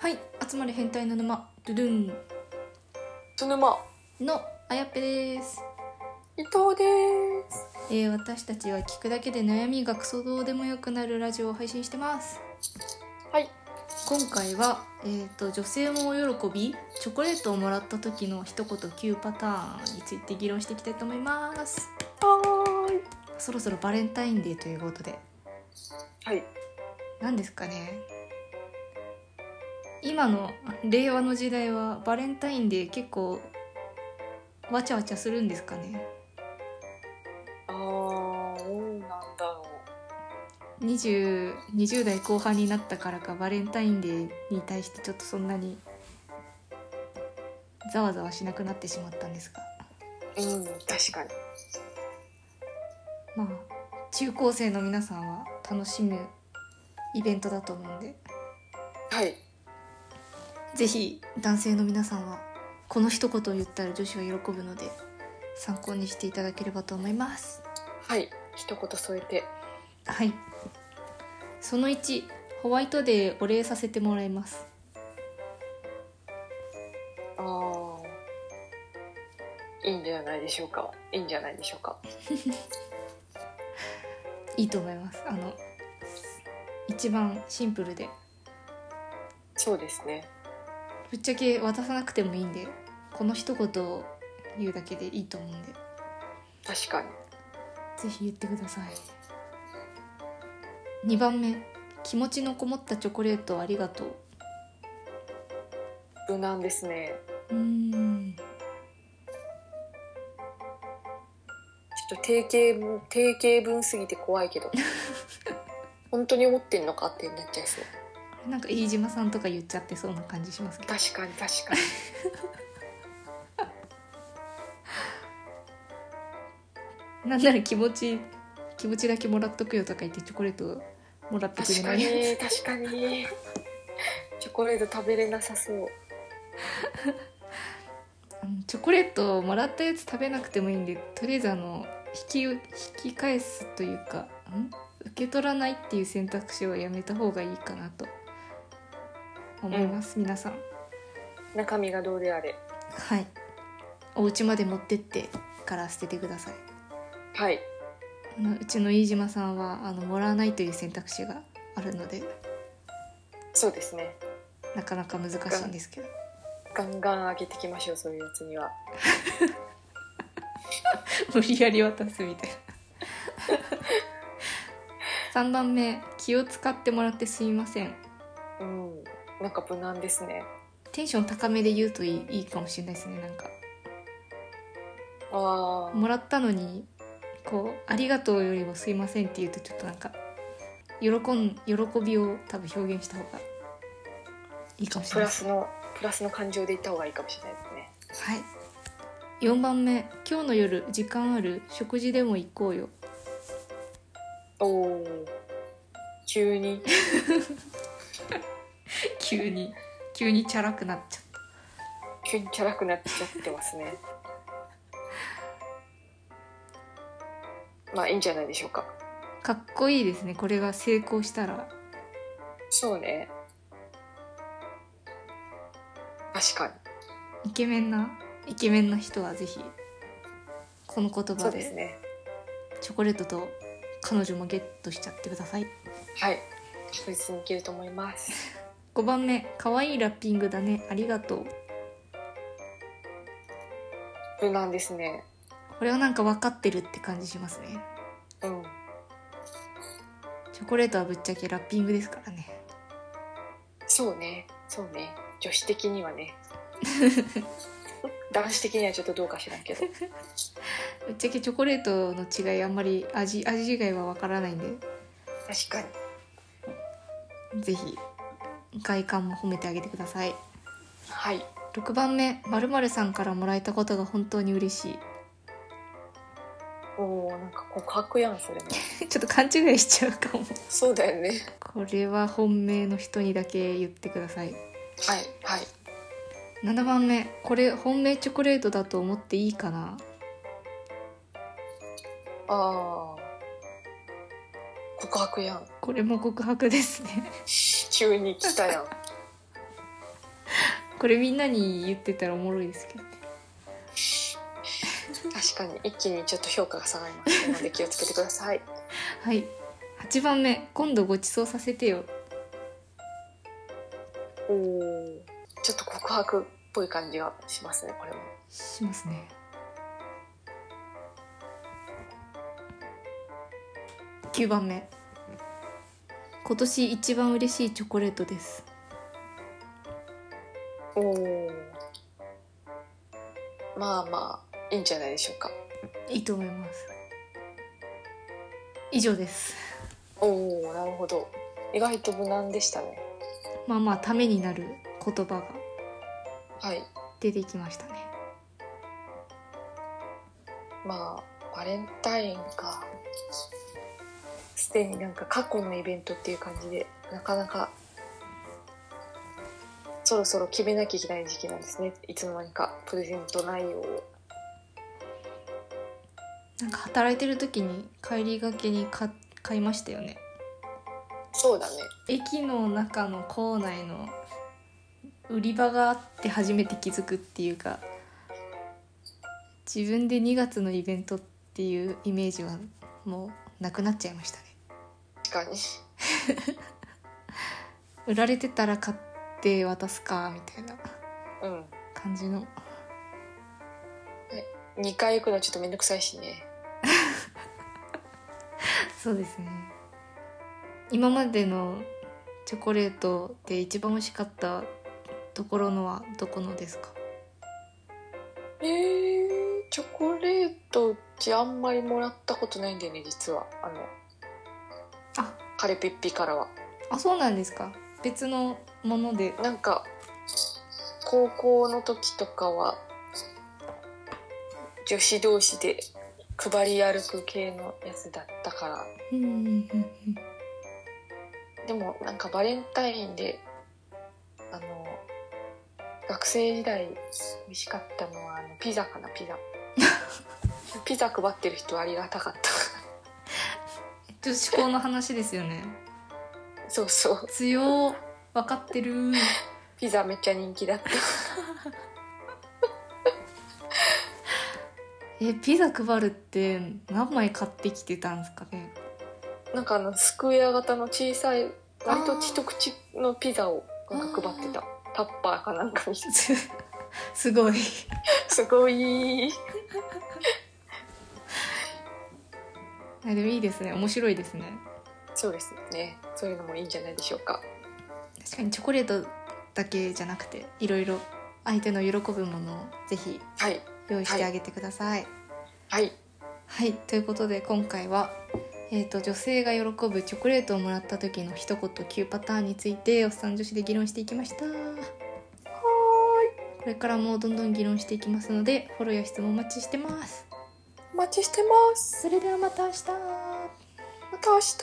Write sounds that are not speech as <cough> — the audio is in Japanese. はい集まれ変態の沼ドゥドゥつぬまンのあやっぺです、伊藤ですえー、私たちは聞くだけで悩みがクソどうでもよくなるラジオを配信してますはい今回は、えー、と女性も大喜びチョコレートをもらった時の一言9パターンについて議論していきたいと思いますはーいそろそろバレンタインデーということではい何ですかね今の令和の時代はバレンタインデー結構わちゃわちゃするんですかねあーどうなんだろ 20, 20代後半になったからかバレンタインデーに対してちょっとそんなにざわざわしなくなってしまったんですがううん確かにまあ中高生の皆さんは楽しむイベントだと思うんではいぜひ男性の皆さんはこの一言を言ったら女子は喜ぶので参考にしていただければと思いますはい一言添えてはいその1ホワイトデーお礼させてもらいますあーいいんじゃないでしょうかいいんじゃないでしょうかいいと思いますあの一番シンプルでそうですねぶっちゃけ渡さなくてもいいんでこの一言を言うだけでいいと思うんで確かにぜひ言ってください2番目気持ちのこもったチョコレートありがとう無難ですねうーんちょっと定型文定型文すぎて怖いけ <laughs> ど本当に思ってんのかってなっちゃいそうなんか飯島さんとか言っちゃってそうな感じしますけど確かに確 <laughs> かになんなら気持ち気持ちだけもらっとくよとか言ってチョコレートもらってくれ確なかいに確かに <laughs> チョコレート食べれなさそうあのチョコレートをもらったやつ食べなくてもいいんでとりあえずあの引き引き返すというかん受け取らないっていう選択肢はやめた方がいいかなと思います、皆さん中身がどうであれはいお家まで持ってってから捨ててくださいはいあのうちの飯島さんはあのもらわないという選択肢があるのでそうですねなかなか難しいんですけどガンガン上げていきましょうそういうやつには無理やり渡すみたい <laughs> な3番目気を使ってもらってすいませんうんなんか無難ですねテンション高めで言うといいいいかもしれないですねなんかあもらったのにこう「ありがとう」よりも「すいません」って言うとちょっとなんか喜ん喜びを多分表現した方がいいかもーしプれないラですスのプラスの感情でいった方がいいかもしれないですねはい4番目「今日の夜時間ある食事でも行こうよおお急に」 <laughs> 急に急にチャラくなっちゃっ急にチャラくなっちゃってますねまあいいんじゃないでしょうかたかっこいいですねこれが成功したらそうね確かにイケメンなイケメンな人はぜひこの言そ葉うですでねチョコレートと彼女もゲットしちゃってくださいはい確実にいけると思います5番目可愛いラッピングだねありがとう無難ですねこれはなんか分かってるって感じしますねうんチョコレートはぶっちゃけラッピングですからねそうねそうね女子的には <laughs> ね男子的にはちょっとどうかしらんけどぶっちゃけチョコレートの違いあんまり味味以外は分からないんで確かにぜひ外観も褒めてあげてくださいはい6番目まるさんからもらえたことが本当に嬉しおおんか告白やんそれもい <laughs> ちょっと勘違いしちゃうかもそうだよねこれは本命の人にだけ言ってくださいはいはい7番目これ本命チョコレートだと思っていいかなああ告白やんこれも告白ですね急に来たやんこれみんなに言ってたらおもろいですけどね確かに一気にちょっと評価が下がりますなので気をつけてくださいはい8番目今度ご馳走させてよおーちょっと告白っぽい感じがしますねこれもしますね9番目今年一番嬉しいチョコレートですおーまあまあいいんじゃないでしょうかいいと思います以上ですおおなるほど意外と無難でしたねまあまあためになる言葉がはい出てきましたねまあバレンタインかすでになんか過去のイベントっていう感じでなかなかそろそろ決めなきゃいけない時期なんですねいつの間にかプレゼント内容をなんか働いてる時に帰りがけに買買いましたよねそうだね駅の中の構内の売り場があって初めて気づくっていうか自分で2月のイベントっていうイメージはもうなくなっちゃいましたね確かに売られてたら買って渡すかみたいなうん感じの2回行くのはちょっと面倒くさいしねそうですね今までのチョコレートで一番美味しかったところのはどこのですかえー、チョコレートうちあんまりもらったことないんだよね実はあのあカレピッピからはあそうなんですか別のものでなんか高校の時とかは女子同士で配り歩く系のやつだったからうんうんうんうんでもなんかバレンタインであの学生時代美味しかったのはあのピザかなピザピザ配ってる人はありがたかった女子校の話ですよねそうそう強分かってるピザめっちゃ人気だ <laughs> ったえピザ配るって何枚買ってきてたんですかね <laughs> なんかあのスクエア型の小さい割と一口のピザをなんか配ってたタッパーかなんかにすすごい <laughs> すごいあでもいいですね面白いですねそうですねそういうのもいいんじゃないでしょうか確かにチョコレートだけじゃなくていろいろ相手の喜ぶものをぜひはい用意してあげてくださいはいはい、ということで今回は、えー、と女性が喜ぶチョコレートをもらった時の一言9パターンについておっさん女子で議論していきましたこれからもどんどん議論していきますのでフォローや質問お待ちしてますお待ちしてますそれではまた明日また明日